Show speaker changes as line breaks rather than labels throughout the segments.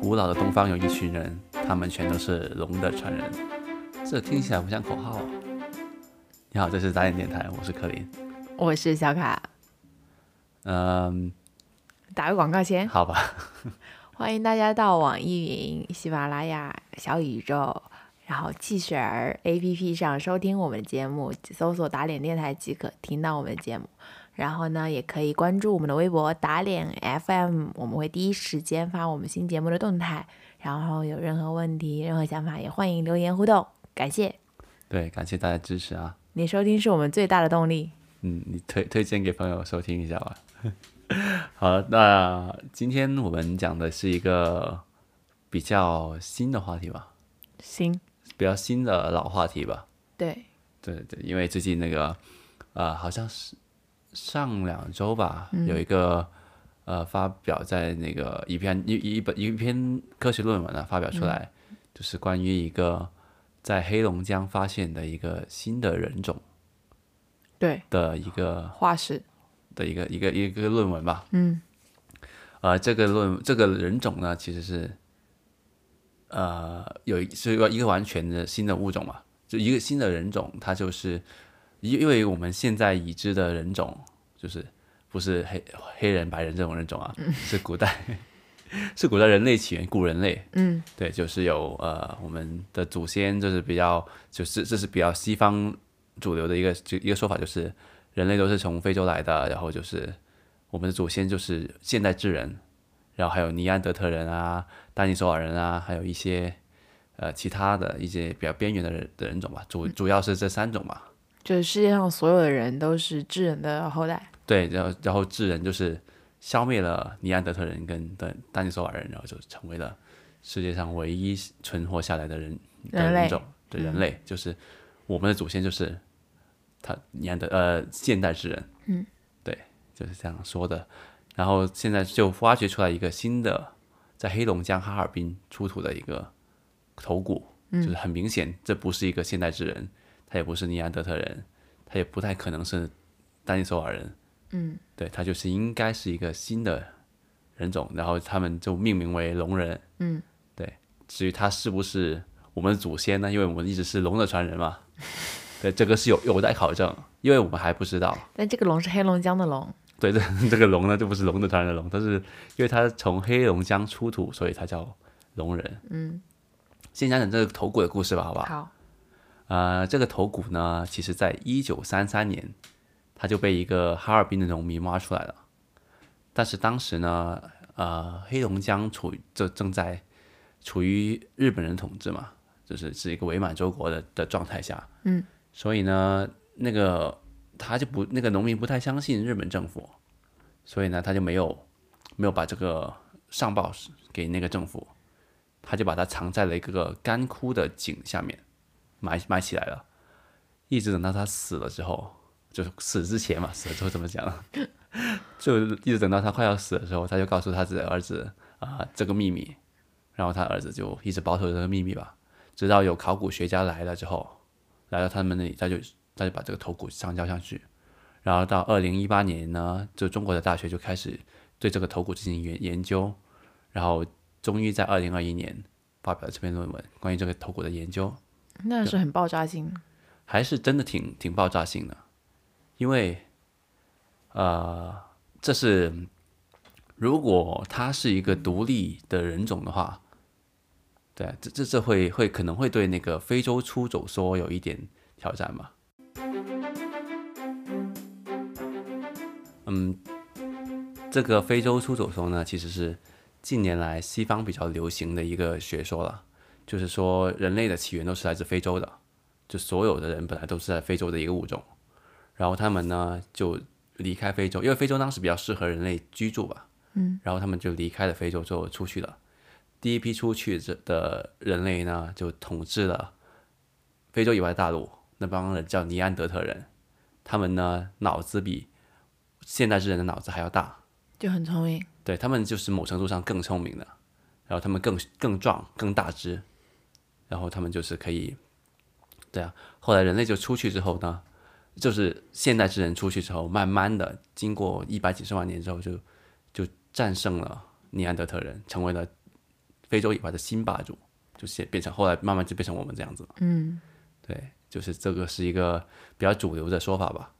古老的东方有一群人，他们全都是龙的传人。这听起来不像口号、啊。你好，这是杂点电台，我是柯林。
我是小卡，
嗯，
打个广告先，
好吧，
欢迎大家到网易云、喜马拉雅、小宇宙，然后汽水儿 APP 上收听我们的节目，搜索“打脸电台”即可听到我们的节目。然后呢，也可以关注我们的微博“打脸 FM”，我们会第一时间发我们新节目的动态。然后有任何问题、任何想法，也欢迎留言互动。感谢
对，感谢大家支持啊。
你的收听是我们最大的动力。
嗯，你推推荐给朋友收听一下吧。 好，那今天我们讲的是一个比较新的话题吧，
行，
比较新的老话题吧。
对，
对对，因为最近那个，呃，好像是上两周吧，有一个呃发表在那个一篇一一本一篇科学论文啊发表出来，就是关于一个在黑龙江发现的一个新的人种
对，
的一个
化石，
的一个一个一个论文吧。
嗯，
呃，这个论这个人种呢，其实是，呃，有一是一个一个完全的新的物种嘛，就一个新的人种，它就是因因为我们现在已知的人种，就是不是黑黑人、白人这种人种
嗯
啊，是古代 是古代人类起源，古人类，
嗯，
对，就是有呃我们的祖先，就是比较就是这是比较西方主流的一个就一个说法，就是人类都是从非洲来的，然后就是我们的祖先就是现代智人，然后还有尼安德特人啊、丹尼索尔人啊，还有一些呃其他的一些比较边缘的人的人种吧，主主要是这三种吧。
就是世界上所有的人都是智人的后代。
对，然后然后智人就是消灭了尼安德特人跟丹丹尼索尔人，然后就成为了世界上唯一存活下来的人的
人类
种，对人类、就是我们的祖先就是他尼安德呃现代智人，嗯，对，就是这样说的。然后现在就挖掘出来一个新的，在黑龙江哈尔滨出土的一个头骨，就是很明显，这不是一个现代智人，他也不是尼安德特人，他也不太可能是丹尼索尔人，对，它就是应该是一个新的人种，然后他们就命名为龙人。嗯，对。至于它是不是我们的祖先呢？因为我们一直是龙的传人嘛。 对，这个是有有待考证，因为我们还不知道。
但这个龙是黑龙江的龙，
对，这这个龙呢，就不是龙的传人的龙，它是因为它从黑龙江出土，所以它叫龙人。嗯，先讲讲这个头骨的故事吧，好不好？
好，
呃，这个头骨呢，其实在一九三三年，它就被一个哈尔滨的农民挖出来了。但是当时呢，呃，黑龙江处于这正在处于日本人统治嘛，就是是一个伪满洲国的的状态下。嗯。所以呢，那个他就不那个农民不太相信日本政府，所以呢，他就没有没有把这个上报给那个政府，他就把它藏在了一个干枯的井下面。埋埋起来了，一直等到他死了之后，就是死之前嘛，死了之后怎么讲？ 就一直等到他快要死的时候，他就告诉他自己的儿子啊、这个秘密，然后他儿子就一直保守这个秘密吧，直到有考古学家来了之后，来到他们那里，他就他就把这个头骨上交上去，然后到二零一八年呢，就中国的大学就开始对这个头骨进行研研究，然后终于在二零二一年发表了这篇论文，关于这个头骨的研究。
那是很爆炸性的。
还是真的挺挺爆炸性的，因为，呃，这是如果它是一个独立的人种的话，对，这这这会会可能会对那个非洲出走说有一点挑战吧。嗯，这个非洲出走说呢，其实是近年来西方比较流行的一个学说了，就是说人类的起源都是来自非洲的。就所有的人本来都是在非洲的一个物种，然后他们呢就离开非洲，因为非洲当时比较适合人类居住吧，嗯，然后他们就离开了非洲之后出去了。第一批出去这的人类呢，就统治了非洲以外的大陆，那帮人叫尼安德特人，他们呢脑子比现代智人的脑子还要大，
就很聪明，
对他们就是某程度上更聪明的，然后他们更更壮、更大只，然后他们就是可以，对啊。后来人类就出去之后呢，就是现代智人出去之后，慢慢的经过一百几十万年之后就，就战胜了尼安德特人，成为了非洲以外的新霸主，就现变成后来慢慢就变成我们这样子了。
嗯
对，就是这个是一个比较主流的说法吧。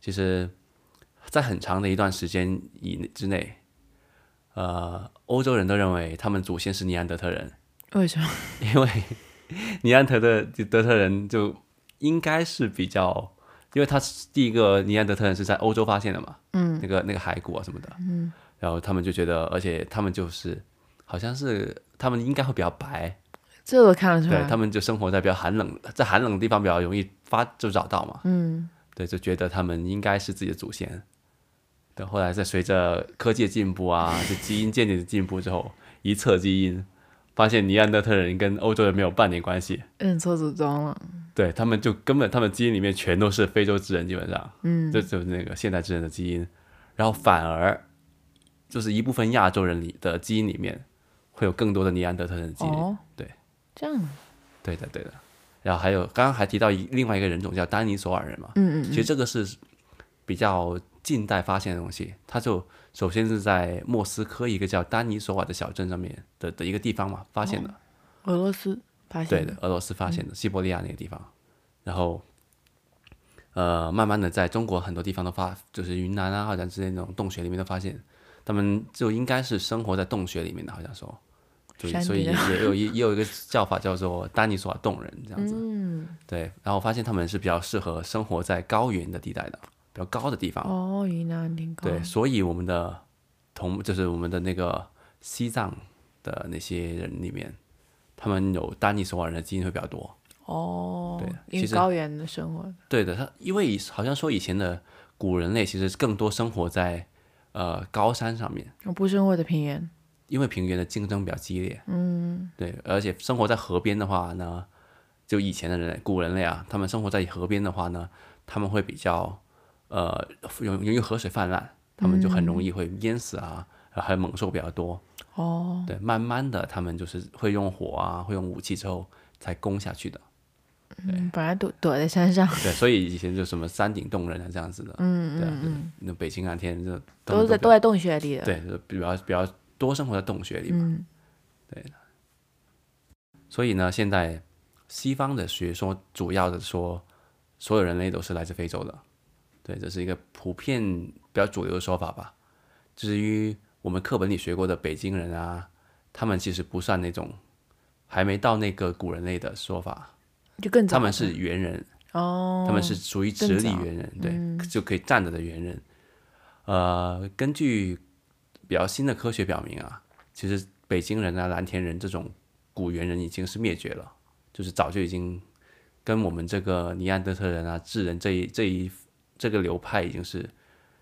其实，在很长的一段时间以之内，呃，欧洲人都认为他们祖先是尼安德特人，
为什么？
因为尼安德的德特人就应该是比较，因为他是第一个尼安德特人是在欧洲发现的嘛，嗯，那个那个骸骨啊什么的，嗯，然后他们就觉得，而且他们就是好像是他们应该会比较白，
这都看得出
对
来。
他们就生活在比较寒冷，在寒冷的地方比较容易发就找到嘛，
嗯，
对，就觉得他们应该是自己的祖先。等后来再随着科技的进步啊，就基因鉴定的进步之后，一测基因，发现尼安德特人跟欧洲人没有半点关系。
认错祖宗了。
对他们就根本他们基因里面全都是非洲智人，基本上，
嗯，
这就是那个现代智人的基因，然后反而就是一部分亚洲人里的基因里面会有更多的尼安德特人的基因。
哦，
对，
这样。
对的，对的。然后还有刚刚还提到一另外一个人种叫丹尼索尔人嘛，
嗯嗯
其实这个是比较近代发现的东西，它就首先是在莫斯科一个叫丹尼索瓦的小镇上面的的一个地方嘛发现的，
俄罗斯发现嗯
对的，俄罗斯发现的西伯利亚那个地方，然后呃，慢慢的在中国很多地方都发，就是云南啊、好像之类那种洞穴里面都发现，他们就应该是生活在洞穴里面的，好像说，就
山
所以
地
也也有一也有一个叫法叫做丹尼索瓦洞人这样子，
嗯，
对，然后发现他们是比较适合生活在高原的地带的，比较高的地方，
哦，云南挺高。
对，所以我们的同就是我们的那个西藏的那些人里面，他们有丹尼索瓦人的基因会比较多。
哦，
对其
因为
实
高原的生活，
对的，他因为好像说以前的古人类其实更多生活在呃高山上面，
哦不生活的平原。
因为平原的竞争比较激烈。
嗯，
对，而且生活在河边的话呢，就以前的人类古人类啊，他们生活在河边的话呢，他们会比较呃由由于河水泛滥，他们就很容易会淹死啊，然后还有猛兽比较多。
哦，
对，慢慢的他们就是会用火啊，会用武器之后才攻下去的。
嗯，本来躲躲在山上，
对，所以以前就什么山顶洞人啊这样子的，
嗯
对啊
嗯，，
对那北京蓝啊天这他
都
们
在
比较
都在洞穴里的。，
对，就比较比较多生活在洞穴里嘛。
嗯
所以呢，现在西方的学说主要的说，所有人类都是来自非洲的，对，这是一个普遍比较主流的说法吧。至于我们课本里学过的北京人啊，他们其实不算那种，还没到那个古人类的说法，
就更早
他们是猿人，
哦，
他们是属于直立猿人，对，就可以站着的猿人。呃，根据比较新的科学表明啊，其实北京人啊、蓝田人这种古猿人已经是灭绝了，就是早就已经跟我们这个尼安德特人啊、智人这一这一这个流派已经是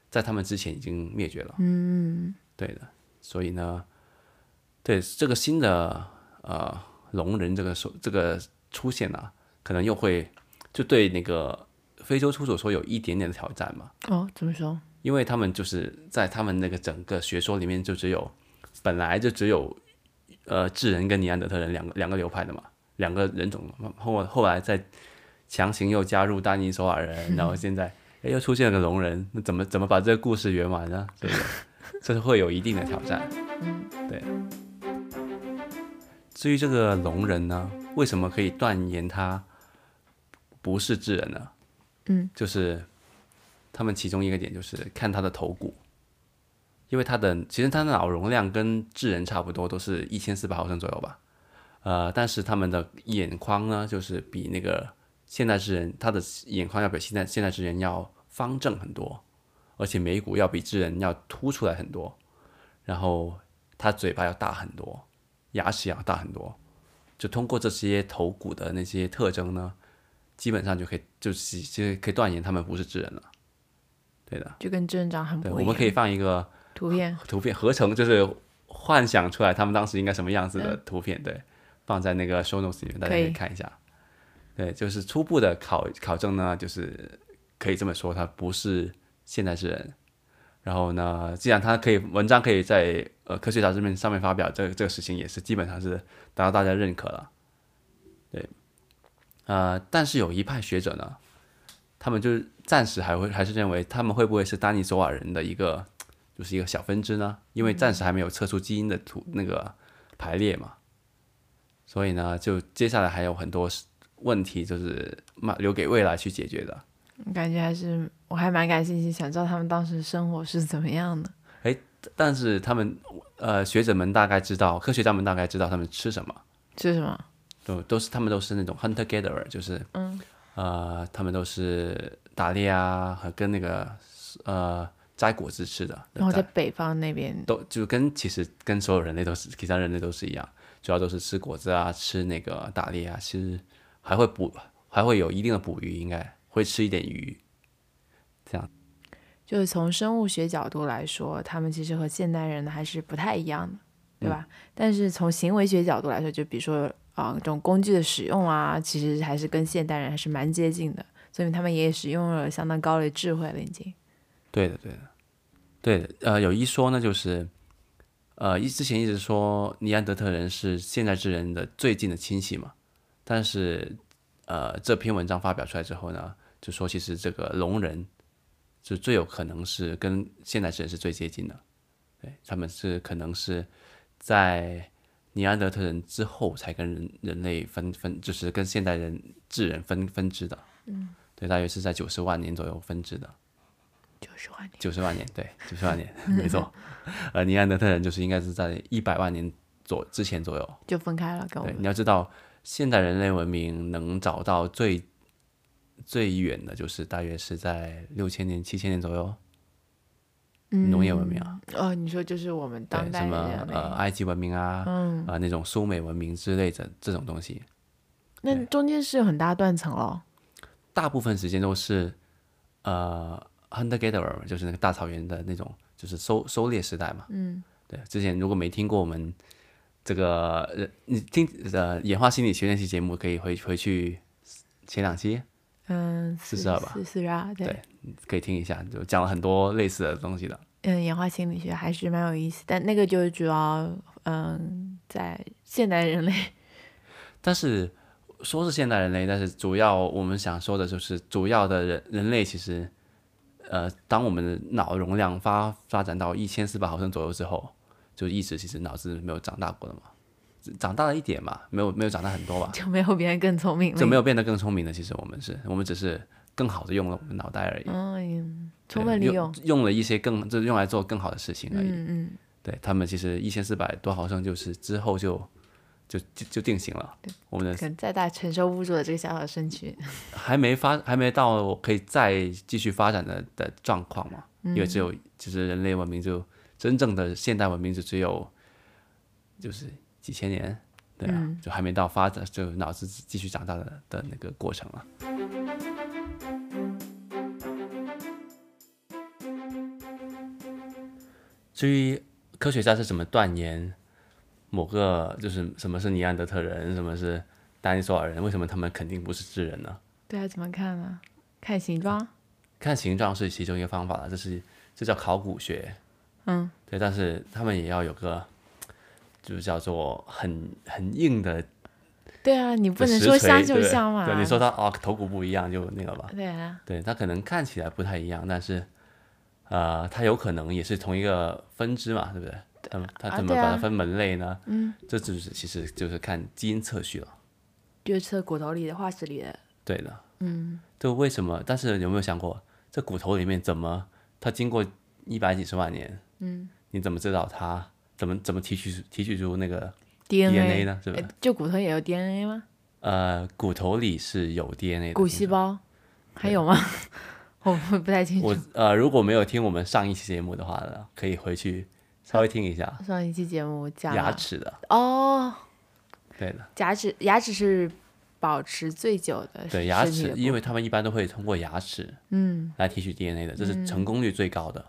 在他们之前已经灭绝了。
嗯，
对的，所以呢，对这个新的呃龙人这个说这个出现啊，可能又会就对那个非洲出土说有一点点的挑战嘛，
哦，怎么说？
因为他们就是在他们那个整个学说里面就只有本来就只有呃智人跟尼安德特人两个两个流派的嘛，两个人种嘛后后来再强行又加入丹尼索瓦人，然后现在哎又出现了个龙人，那怎么怎么把这个故事圆完呢？对不对？ 这是会有一定的挑战。对。至于这个龙人呢，为什么可以断言他不是智人呢？
嗯，
就是他们其中一个点就是看他的头骨，因为他的其实他的脑容量跟智人差不多，都是一千四百毫升左右吧。呃，但是他们的眼眶呢，就是比那个现代智人，他的眼眶要比现代现代智人要方正很多，而且眉骨要比智人要凸出来很多，然后他嘴巴要大很多，牙齿也要大很多。就通过这些头骨的那些特征呢，基本上就可以就是其实可以断言他们不是智人了。对的，
就跟真人长很不
对，
一样。
我们可以放一个
图片，
图片合成，就是幻想出来他们当时应该什么样子的图片，对，放在那个 show notes 里面，大嗯家可
可
以
以
看一下。对，就是初步的考考证呢，就是可以这么说，他不是现代诗人。然后呢，既然他可以文章可以在呃科学杂志面上面发表，这个这个事情也是基本上是达到大家啊认可了。对，呃，但是有一派学者呢，他们就是暂时还会还是认为他们会不会是丹尼索瓦人的一个就是一个小分支呢？因为暂时还没有测出基因的图那个排列嘛，所以呢，就接下来还有很多问题，就是嘛留给未来去解决的。
感觉还是我还蛮感兴趣，想知道他们当时生活是怎么样的。
但是他们呃学者们大概知道，科学家们大概知道他们吃什么。
是什么？
都都是他们都是那种 hunter gatherer，就是嗯呃，他们都是打猎啊，和跟那个呃摘果子吃的，
然后在
摘
北方那边，
都就跟其实跟所有人类都是，其他人类都是一样，主要都是吃果子啊，吃那个打猎啊，吃还会捕，还会有一定的捕鱼，应该会吃一点鱼，这样
就是从生物学角度来说，他们其实和现代人还是不太一样的，对吧？
嗯
但是从行为学角度来说，就比如说啊、这种工具的使用啊，其实还是跟现代人还是蛮接近的，所以他们也使用了相当高的智慧了，已经。
对的，对的，对的。呃，有一说呢，就是，呃，一之前一直说尼安德特人是现代智人的最近的亲戚嘛，但是，呃，这篇文章发表出来之后呢，就说其实这个龙人就最有可能是跟现代智人是最接近的，对，他们是可能是在尼安德特人之后才跟人人类分分，就是跟现代人智人分分支的，嗯，对，大约是在九十万年左右分支的。
就是万年，
九十万年，对，九十万年，
嗯
没错。呃，尼安德特人就是应该是在一百万年左之前左右。
就分开了，跟我
对，
们
你要知道，现代人类文明能找到最最远的，就是大约是在六千年、七千年左右。农业文明啊，
哦，你说就是我们嗯当
对，
代
什么
人类
呃埃及文明啊，嗯，啊、那种苏美文明之类的这种东西，
那中间是有很大断层哦咯。
大部分时间都是呃 hunter gatherer，就是那个大草原的那种，就是狩狩猎时代嘛。嗯，对。之前如果没听过我们这个，呃你听呃演化心理学那期节目，可以回回去前两期
嗯，
42吧
四四十二，对，
对可以听一下，就讲了很多类似的东西的。
嗯，演化心理学还是蛮有意思，但那个就是主要，嗯，在现代人类，
但是说是现代人类，但是主要我们想说的就是，主要的人人类其实，呃，当我们的脑容量发发展到一千四百毫升左右之后，就一直其实脑子没有长大过的嘛，只长大了一点嘛，没有没有长大很 多吧，
就没有别人更聪明了，
就没有变得更聪明的。其实我们是，我们只是更好的用了我们脑袋而已，
嗯，
对
充分利用
用，用了一些更就是用来做更好的事情而已。
嗯嗯，
对他们其实一千四百多毫升就是之后就就就就定型了，我们的
可能再大承受不住的这个小小身躯，
还没发，还没到可以再继续发展的的状况嘛，因为只有就是人类文明就真正的现代文明就只有就是几千年，对啊，就还没到发展就脑子继续长大的的那个过程了。至于科学家是怎么断言某个就是什么是尼安德特人，什么是丹尼索尔人，为什么他们肯定不是智人呢？
对啊，怎么看呢、看形状，
嗯看形状是其中一个方法了，这是这叫考古学，
嗯，
对，但是他们也要有个，就是叫做很很硬的
对啊，你不
的
能
实
说
锤
像就
对
像嘛，
对，你说他哦头骨不一样就那个吧，
对啊，
对，它可能看起来不太一样，但是，呃，它有可能也是同一个分支嘛，对不对？他们他
啊
怎么
对
把
啊
它分门类呢？嗯，这就是其实就是看基因测序了。
就是测骨头里的、化石里的，
对的，嗯，就为什么？但是有没有想过，这骨头里面怎么它经过一百几十万年，嗯，你怎么知道它怎么怎么提取提取出那个 DNA 呢？是吧？
哎就骨头也有 DNA 吗？
呃，骨头里是有 DNA 的
骨细胞还有吗？ 我不不太清楚
我。呃，如果没有听我们上一期节目的话呢，可以回去稍微听一下
上一期节目讲
牙
了
齿的，
哦，
对的，
牙齿牙齿是保持最久的
对牙
身体
齿
的，部
因为他们一般都会通过牙齿
嗯
来提取 DNA 的，这是成功率最高的。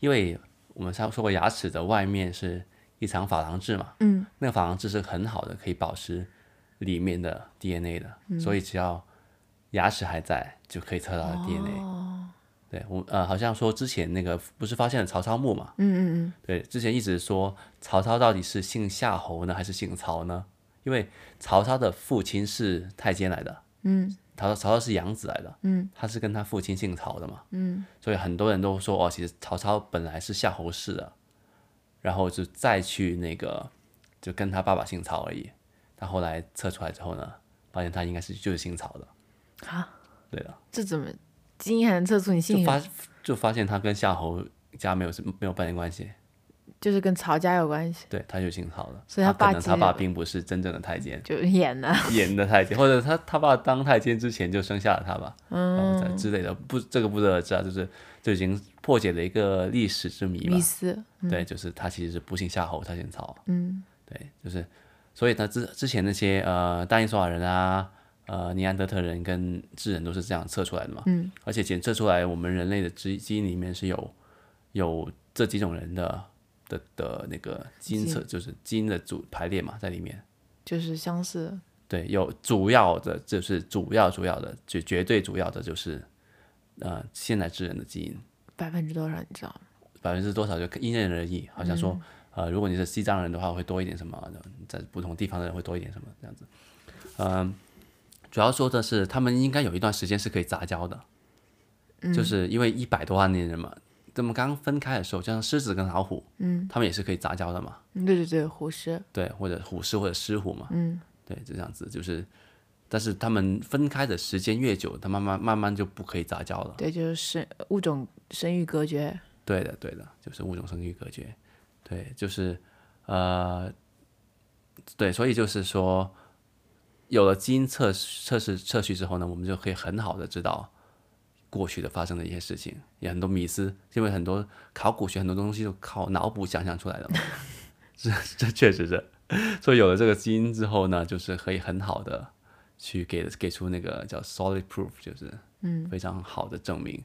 因为我们上说过，牙齿的外面是一层珐琅质嘛，
嗯，
那个珐琅质是很好的，可以保持里面的 DNA 的，所以只要牙齿还在，就可以测到
哦
DNA。对我呃，好像说之前那个不是发现了曹操墓嘛？
嗯嗯
对，之前一直说曹操到底是姓夏侯呢，还是姓曹呢？因为曹操的父亲是太监来的，
嗯
曹操曹操是养子来的，
嗯，
他是跟他父亲姓曹的嘛，
嗯，
所以很多人都说哦，其实曹操本来是夏侯氏的，然后就再去那个就跟他爸爸姓曹而已。他后来测出来之后呢，发现他应该是就是姓曹的，
啊，
对的，
这怎么基因还能测出你
就
姓？
发就发现他跟夏侯家没有什么没有半点关系，
就是跟曹家有关系，
对，他就姓曹的，
所以他
他
爸
可能
其
他
实
爸并不是真正的太监，
就是 演的。
演的太监，或者他他爸当太监之前就生下了他吧，嗯，然后再之类的，不，这个不得而知啊，就是就已经破解了一个历史嗯之谜吧
迷。思，
对，就是他其实是不姓夏侯，他姓曹。
嗯
对，就是，所以他之之前那些呃大印索瓦人啊，呃尼安德特人跟智人都是这样测出来的嘛。
嗯，
而且检测出来我们人类的基基因里面是有有这几种人的的的那个基因测，就是基因的组排列嘛，在里面。
就是相似，
对，有主要的就是主要主要的，就绝对主要的就是，呃，现代智人的基因
百分之多少你知道吗？
百分之多少就因人而异，好像说，呃，如果你是西藏人的话，会多一点什么，在不同地方的人会多一点什么这样子，嗯、主要说的是他们应该有一段时间是可以杂交的，就是因为一百多万年人嘛，他们刚分开的时候，就像狮子跟老虎，嗯，他们也是可以杂交的嘛，
嗯对对对，胡适，
对，或者虎狮或者狮虎嘛，
嗯，
对，就这样子，就是，但是他们分开的时间越久，它慢慢慢慢就不可以杂交了。
对，就是生物种生育隔绝，
对的，对的，就是物种生育隔绝，对，就是，呃，对，所以就是说，有了基因测试测试测序之后呢，我们就可以很好的知道过去的发生的一些事情，也很多迷思，因为很多考古学很多东西都靠脑补想象出来的嘛，这这确实是，所以有了这个基因之后呢，就是可以很好的去给给出那个叫 solid proof，就是嗯非常好的证明。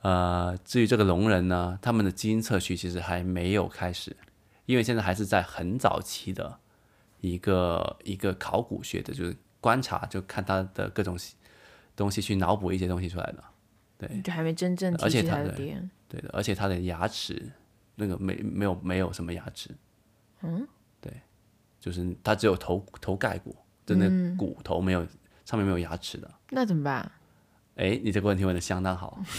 呃，至于这个龙人呢，他们的基因测序其实还没有开始，因为现在还是在很早期的一个一个考古学的，就是观察，就看他的各种西东西去脑补一些东西出来的。
就还没真正
而
提
且
取
它
它的
对
DNA。
对的，而且他的牙齿那个没没有没有什么牙齿，嗯，对，就是他只有头头盖骨，就那个骨头没有、上面没有牙齿的。
那怎么办？
哎，你这个问题问的相当好。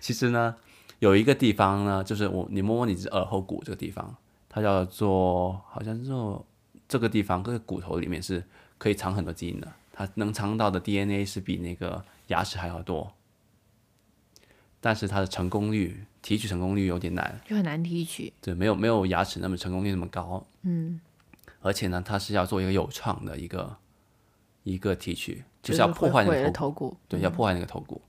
其实呢，有一个地方呢，就是我你摸摸你耳后骨这个地方，它叫做好像是做这个地方，这个骨头里面是可以藏很多基因的，它能藏到的 DNA 是比那个牙齿还要多，但是它的成功率提取成功率有点难，
就很难提取，
对，没有没有牙齿那么成功率那么高。
嗯，
而且呢，它是要做一个有创的一个一个提取，就是是要
会
破坏那
毁
个
了
头
头骨，
对，要破坏那个头骨，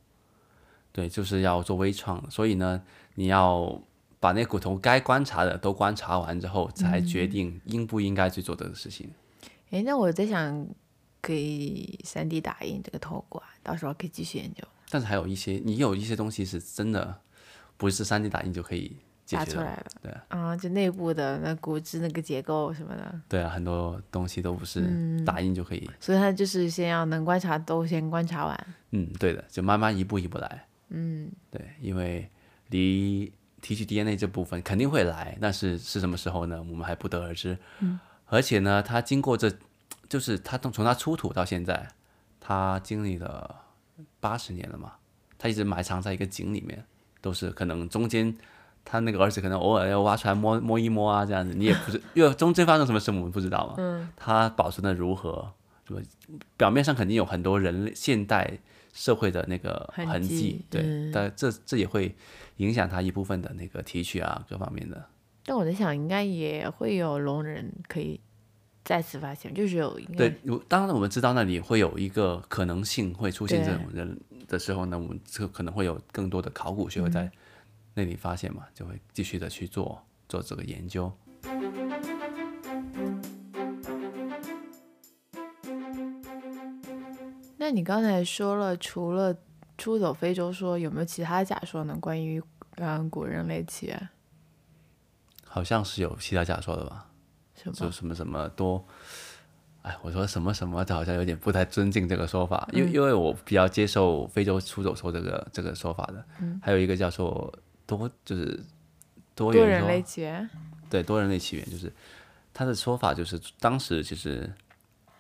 对，就是要做微创的。所以呢，你要把那骨头该观察的都观察完之后，才
嗯
决定应不应该去做这个事情。
哎，那我在想，可以三 D 打印这个头骨啊，到时候可以继续研究
但是还有一些，你有一些东西是真的不是3 D 打印就可以解
打
决
出
的。
来了。
对
啊，就内部的那骨质那个结构什么的，
对啊，很多东西都不
嗯
是打印就可以。
所以它就是先要能观察都先观察完。
嗯对的，就慢慢一步一步来。嗯，对，因为离提取 DNA 这部分肯定会来，但是是什么时候呢？我们还不得而知。嗯，而且呢，它经过这，就是它从从它出土到现在，它经历了八十年了嘛，它一直埋藏在一个井里面，都是可能中间。他那个儿子可能偶尔要挖出来摸摸一摸啊，这样子你也不是，因为中间发生什么事我们不知道嘛。嗯，它保存的如何？什么？表面上肯定有很多人类现代社会的那个
痕
痕迹
迹，
对，
嗯
但这这也会影响它一部分的那个提取啊，各方面的。
但我在想，应该也会有聋人可以再次发现，就是有应该
对，如当然我们知道那里会有一个可能性会出现这
对
种人的时候呢，我们就可能会有更多的考古
嗯
学会在那里发现嘛，就会继续的去做做这个研究。
那你刚才说了，除了出走非洲说，有没有其他假说呢？关于嗯古人类起源
好像是有其他假说的吧？
什么？
就什么什么多，哎，我说什么什么，好像有点不太尊敬这个说法，
嗯
因为、因为我比较接受非洲出走说这个这个说法的。
嗯
还有一个叫做多，就是多
多
元
人
说，啊
类起源？
对多人类起源，就是他的说法就是当时其实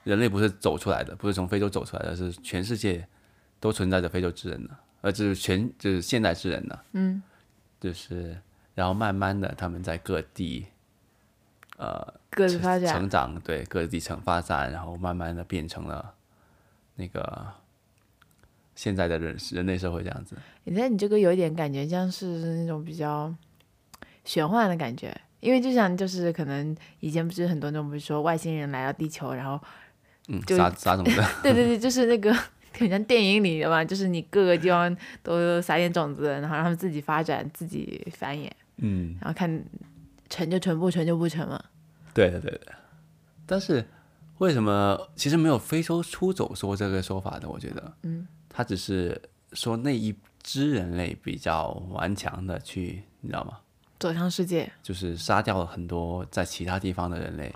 人类不是走出来的，不是从非洲走出来的，是全世界都存在着非洲智人的，呃，就是全就是现代智人的，嗯，就是然后慢慢的他们在各地
各自发展，
成长，对各地成发展，然后慢慢的变成了那个现在的人人类社会这样子。
你看你这个有点感觉像是那种比较玄幻的感觉，因为就像就是可能以前不是很多那种，比如说外星人来到地球，然后
嗯，
就
啥啥种的，
对对对，就是那个很像电影里的嘛，就是你各个地方都撒点种子，然后让他们自己发展、自己繁衍，
嗯，
然后看成就成不成就不成嘛。
对的对的。但是为什么其实没有非洲出走说这个说法的？我觉得，嗯，他只是说那一支人类比较顽强的去，你知道吗？
走向世界，
就是杀掉了很多在其他地方的人类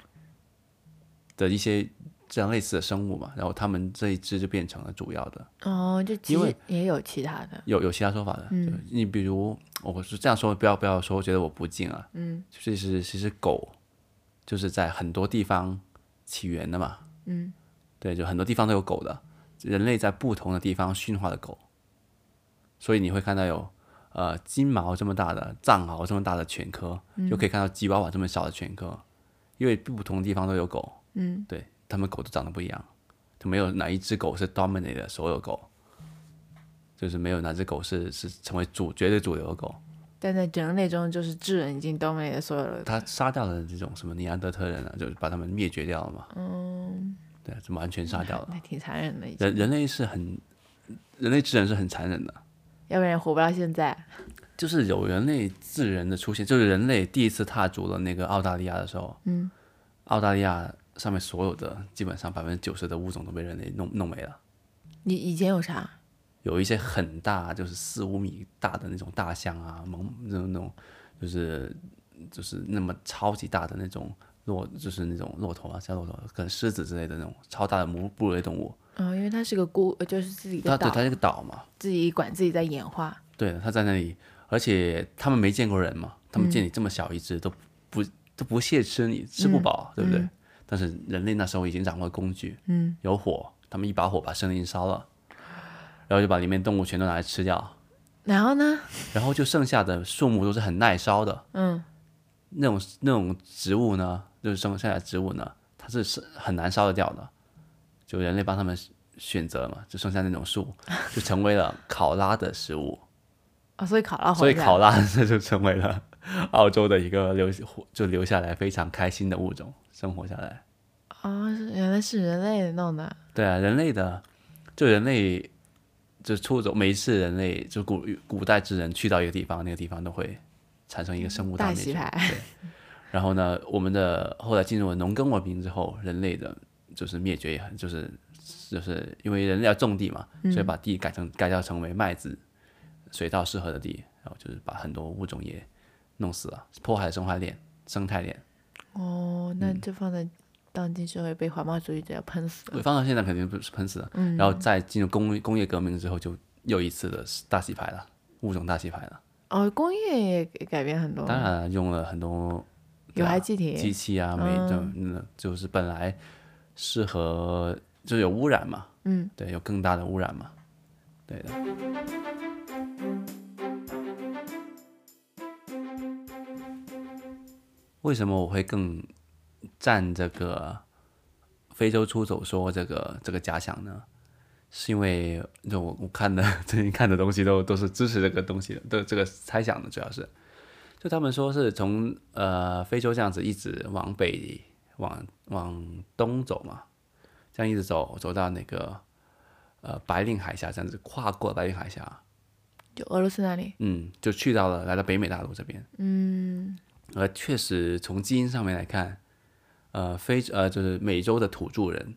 的一些这样类似的生物嘛，然后他们这一支就变成了主要的。
哦，就其
因
实
为
也有其他的，
有有其他说法的，嗯，你比如我是这样说，不要不要说，觉得我不敬啊，嗯，就是其实其实狗就是在很多地方起源的嘛，嗯，对，就很多地方都有狗的，人类在不同的地方驯化的狗，所以你会看到有呃金毛这么大的、藏獒这么大的犬科，就可以看到吉娃娃这么小的犬科，因为不同的地方都有狗，嗯，对，它们狗都长得不一样，就没有哪一只狗是 dominate 的所有狗。就是没有哪只狗是是成为主绝对主流的狗，
但在人类中，就是智人已经 d o m 所有的
它杀掉了这种什么尼安德特人啊，就是把他们灭绝掉了嘛。嗯，对啊，就完全杀掉了。
嗯那挺残忍的，已经，
人人类是很，人类智人是很残忍的，
要不然活不到现在。
就是有人类智人的出现，就是人类第一次踏足了那个澳大利亚的时候，嗯，澳大利亚上面所有的基本上百分之九十的物种都被人类弄弄没了。
你以前有啥？
有一些很大，就是四五米大的那种大象啊，猛那种那种，就是就是那么超级大的那种骆，就是那种骆驼啊，像骆驼跟狮子之类的那种超大的哺哺乳类动物，
嗯、因为它是个孤，呃就是自己一
它
个
啊对
岛，
它是个岛嘛，
自己管自己在演化。
对的，它在那里，而且他们没见过人嘛，他们见你这么小一只都不都不屑吃你，吃不饱，
嗯
对不对？但是人类那时候已经掌握了工具，嗯，有火，他们一把火把森林烧了，然后就把里面动物全都拿来吃掉。
然后呢？
然后就剩下的树木都是很耐烧的，嗯，那种那种植物呢，就是剩下的植物呢，它是是很难烧得掉的，就人类帮他们选择嘛，就剩下那种树，就成为了考拉的食物，
哦，所以考拉活
所以
下
考
来
拉这 就成为了澳洲的一个留就留下来非常开心的物种，生活下来。
哦，是原来是人类弄的。
对啊，人类的，就人类，就出走每一次人类就古古代之人去到一个地方，那个地方都会产生一个生物
大
灭
洗
绝。
牌
对，然后呢，我们的后来进入了农耕文明之后，人类的就是灭绝也很就是就是因为人类要种地嘛，所以把地改成改造成为麦子、水稻适合的地，然后就是把很多物种也弄死了，破坏了生态链、生态链。
哦，那
嗯
这放在当今社会被环保主义者喷死了。
对，放到现在肯定不是喷死了。然后再进入工工业革命之后，就又一次的大洗牌了，物种大洗牌了。
哦，工业也改变很多，
当然了用了很多
有
对啊
害气体
机器啊，没就嗯，就是本来适合就有污染嘛，嗯，对，有更大的污染嘛，对的。为什么我会更站这个非洲出走说这个这个假想呢？是因为就我我看的 最近看的东西都都是支持这个东西的，对这个猜想的主要是，就他们说是从呃非洲这样子一直往北往往东走嘛，这样一直走走到那个呃白令海峡，这样子跨过白令海峡，
就俄罗斯那里，
嗯，就去到了来到北美大陆这边。嗯，而确实从基因上面来看，呃，非呃就是美洲的土著人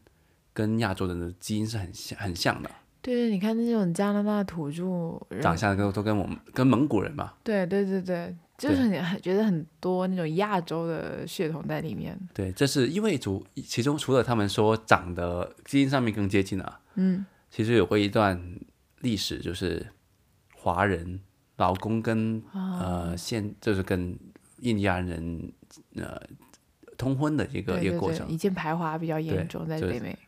跟亚洲人的基因是很像很像的，
对对，你看那种加拿大土著人，
长相都都跟我们跟蒙古人嘛，
对对对对，就是你很觉得很多那种亚洲的血统在里面。
对，这是因为除其中除了他们说长得基因上面更接近啊，嗯，其实有过一段历史，就是华人劳
哦
工跟、呃现就是跟印第安人呃通婚的一个
对
一个
对
过
对，
程。
已经排华比较
对
严重在
就
北美，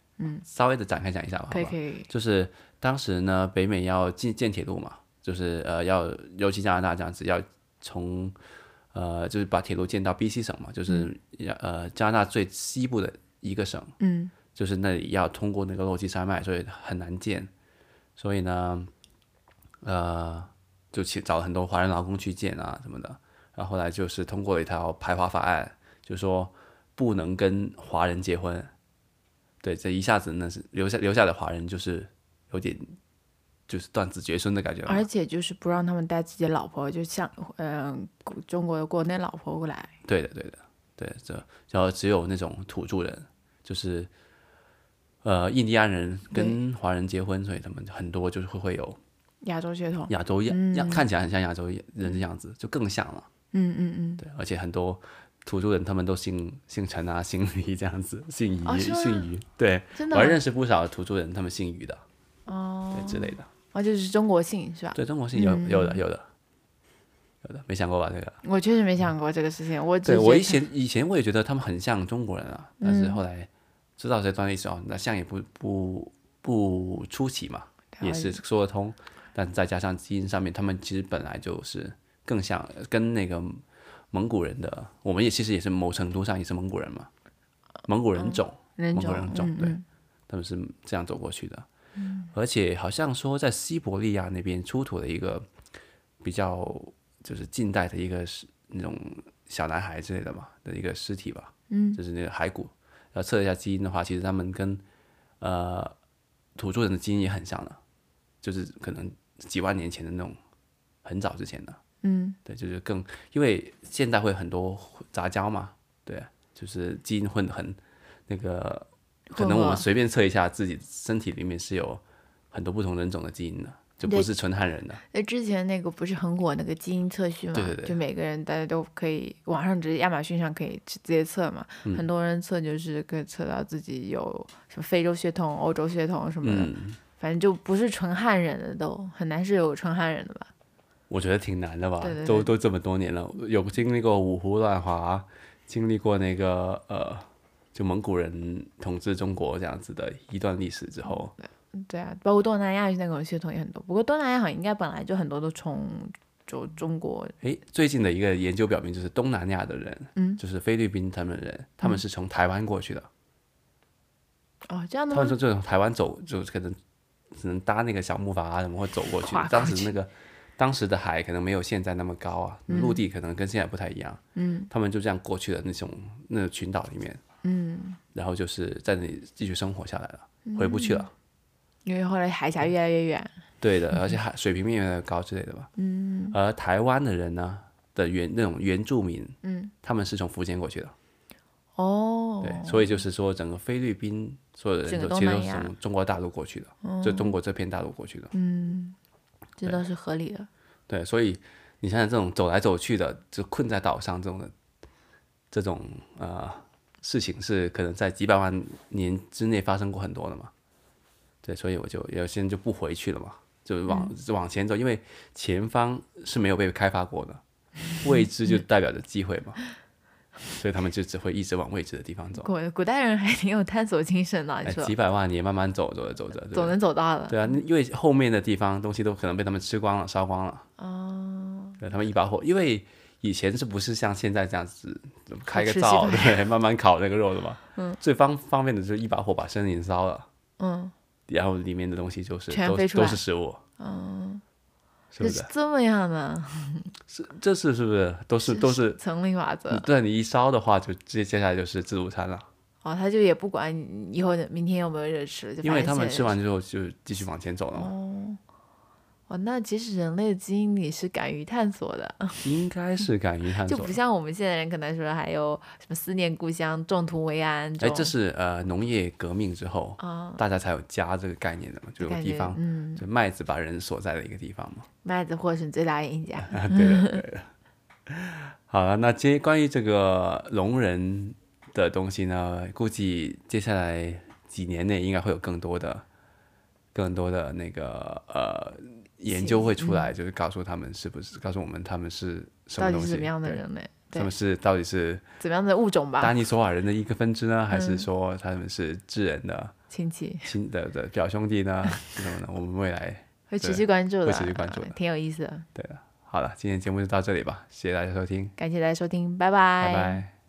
稍微的展开讲一下吧，好
可以
吧
可？以，
就是当时呢，北美要建建铁路嘛，就是呃要，尤其加拿大这样子，要从呃就是把铁路建到 B.C 省嘛，就是要、呃加拿大最西部的一个省，
嗯
就是那里要通过那个落基山脉，所以很难建。所以呢，呃，就去找了很多华人劳工去建啊什么的。然后后来就是通过了一条排华法案，就说不能跟华人结婚。对，这一下子那是留下留下的华人就是有点就是断子绝孙的感觉了嘛。
而且就是不让他们带自己的老婆，就像嗯、国中国的国内老婆过来，
对的，对的，对，这然后只有那种土著人，就是呃印第安人跟华人结婚，所以他们很多就是会会有
亚洲血统，
亚洲亚亚、看起来很像亚洲人的样子，就更像了。
嗯嗯嗯，
对，而且很多土著人他们都姓姓陈啊、姓李这样子，姓于、
哦是吗
姓于。对，
真
我
的
还
吗
认识不少土著人，他们姓于的，
哦，嗯
对之类的。
哦，就是中国姓是吧？
对中国姓有有的有的有的，没想过吧？这个。
我确实没想过这个事情，我只
对我以
觉
前以前我也觉得他们很像中国人啊，但
嗯
是后来知道这段历史哦，那像也不不不出奇嘛，
得
也是说得通。但再加上基因上面，他们其实本来就是更像跟那个蒙古人的，我们也其实也是某程度上也是蒙古人嘛，蒙古人种，
哦人
蒙
种
古人种，
嗯
对，他们是这样走过去的。而且好像说在西伯利亚那边出土了一个比较就是近代的一个是那种小男孩之类的嘛的一个尸体吧，嗯，就是那个骸骨。然后测了一下基因的话，其实他们跟呃土著人的基因也很像的，就是可能几万年前的那种很早之前的，
嗯，
对，就是更因为现代会很多杂交嘛，对，就是基因混得很那个，可能我
混合
们随便测一下自己身体里面是有很多不同人种的基因的，就
对
不是纯汉人的，
那之前那个不是很火那个基因测序嘛？
对对对
就每个人大家都可以，网上直接亚马逊上可以直接测嘛。
嗯
很多人测就是可以测到自己有什么非洲血统、欧洲血统什么的，
嗯，
反正就不是纯汉人的都很难是有纯汉人的吧？
我觉得挺难的吧，
对对对
都都这么多年了，有经历过五胡乱华，经历过那个呃，就蒙古人统治中国这样子的一段历史之后，
对啊，包括东南亚那种血统也很多，不过东南亚好像应该本来就很多都从就中国
诶，最近的一个研究表明，就是东南亚的人，
嗯
就是菲律宾他们人，他们是从台湾过去的。
哦这样的
他们
吗？
说这种台湾走，就可能只能搭那个小木筏啊，什么或走过去
跨过。
当时那个当时的海可能没有现在那么高啊，陆地可能跟现在不太一样。嗯，他们就这样过去的那种那种群岛里面，嗯，然后就是在那里继续生活下来了，回不去了。
因为后来海峡越来越远，
对的，而且海水平面越来越高之类的吧。嗯。而台湾的人呢的原那种原住民，嗯，他们是从福建过去的。
哦，
对，所以就是说，整个菲律宾所有的
整
人
个
都
东
其实都
南
是
亚哦嗯
从中国大陆过去的，就中国这片大陆过去的。
这倒是合理的。
对，所以你想想，这种走来走去的，就困在岛上这种的，这种呃事情是可能在几百万年之内发生过很多的嘛。对，所以我就有些人就不回去了嘛，就往、
嗯
就往前走，因为前方是没有被开发 过的，未知就代表着机会嘛，所以他们就只会一直往未知的地方走。
古古代人还挺有探索精神的，你
哎，
说
几百万年慢慢走，走着走着，对不
总能走到的。
对啊，那因为后面的地方东西都可能被他们吃光了、烧光了。
嗯
哦。对他们一把火，因为以前是不是像现在这样子开个
吃鸡
灶，对，慢慢烤那个肉的 嘛？嗯。最方方便的就是一把火把森林烧了，
嗯，
然后里面的东西就是
全
都
飞
是
出
都
来
是食物。嗯。是
这
不
是
是？
这么样 的
这这是是不是都是都是？
丛林法
你
则
对你一烧的话，就接接下来就是自助餐了，
哦，他就也不管你以后明天有没有热吃，就
因为他们
反正
吃完之后就继续往前走了嘛。
哦，那其实人类的基因里是敢于探索的，
应该是敢于探
就
索
不像我们现在人可能说还有什么思念故乡、众图为安
哎，
种
这是呃农业革命之后，
啊
大家才有家这个概念的嘛，就有
感
地
觉
方，
嗯，
就麦子把人锁在了一个地方 嘛。
麦子获胜最大赢家。
啊，对的，对的。 好了，那接关于这个聋人的东西呢，估计接下来几年内应该会有更多的、更多的那个呃研究会出来，就是告诉他们是不是，告诉我们他们是什么
嗯到
东
底是
西，
怎么样的
对
人类？对
他
啊
们是到底是
怎么样的物种吧，
丹尼索瓦人的一个分支呢，还
嗯
是说他们是智人的
亲戚
亲的的表兄弟呢？这种呢，我们未来
会持续关注的，
会持续关注的
啊挺有意思的。
对了。好了，今天节目就到这里吧，谢谢大家收听，
感谢大家收听，
拜拜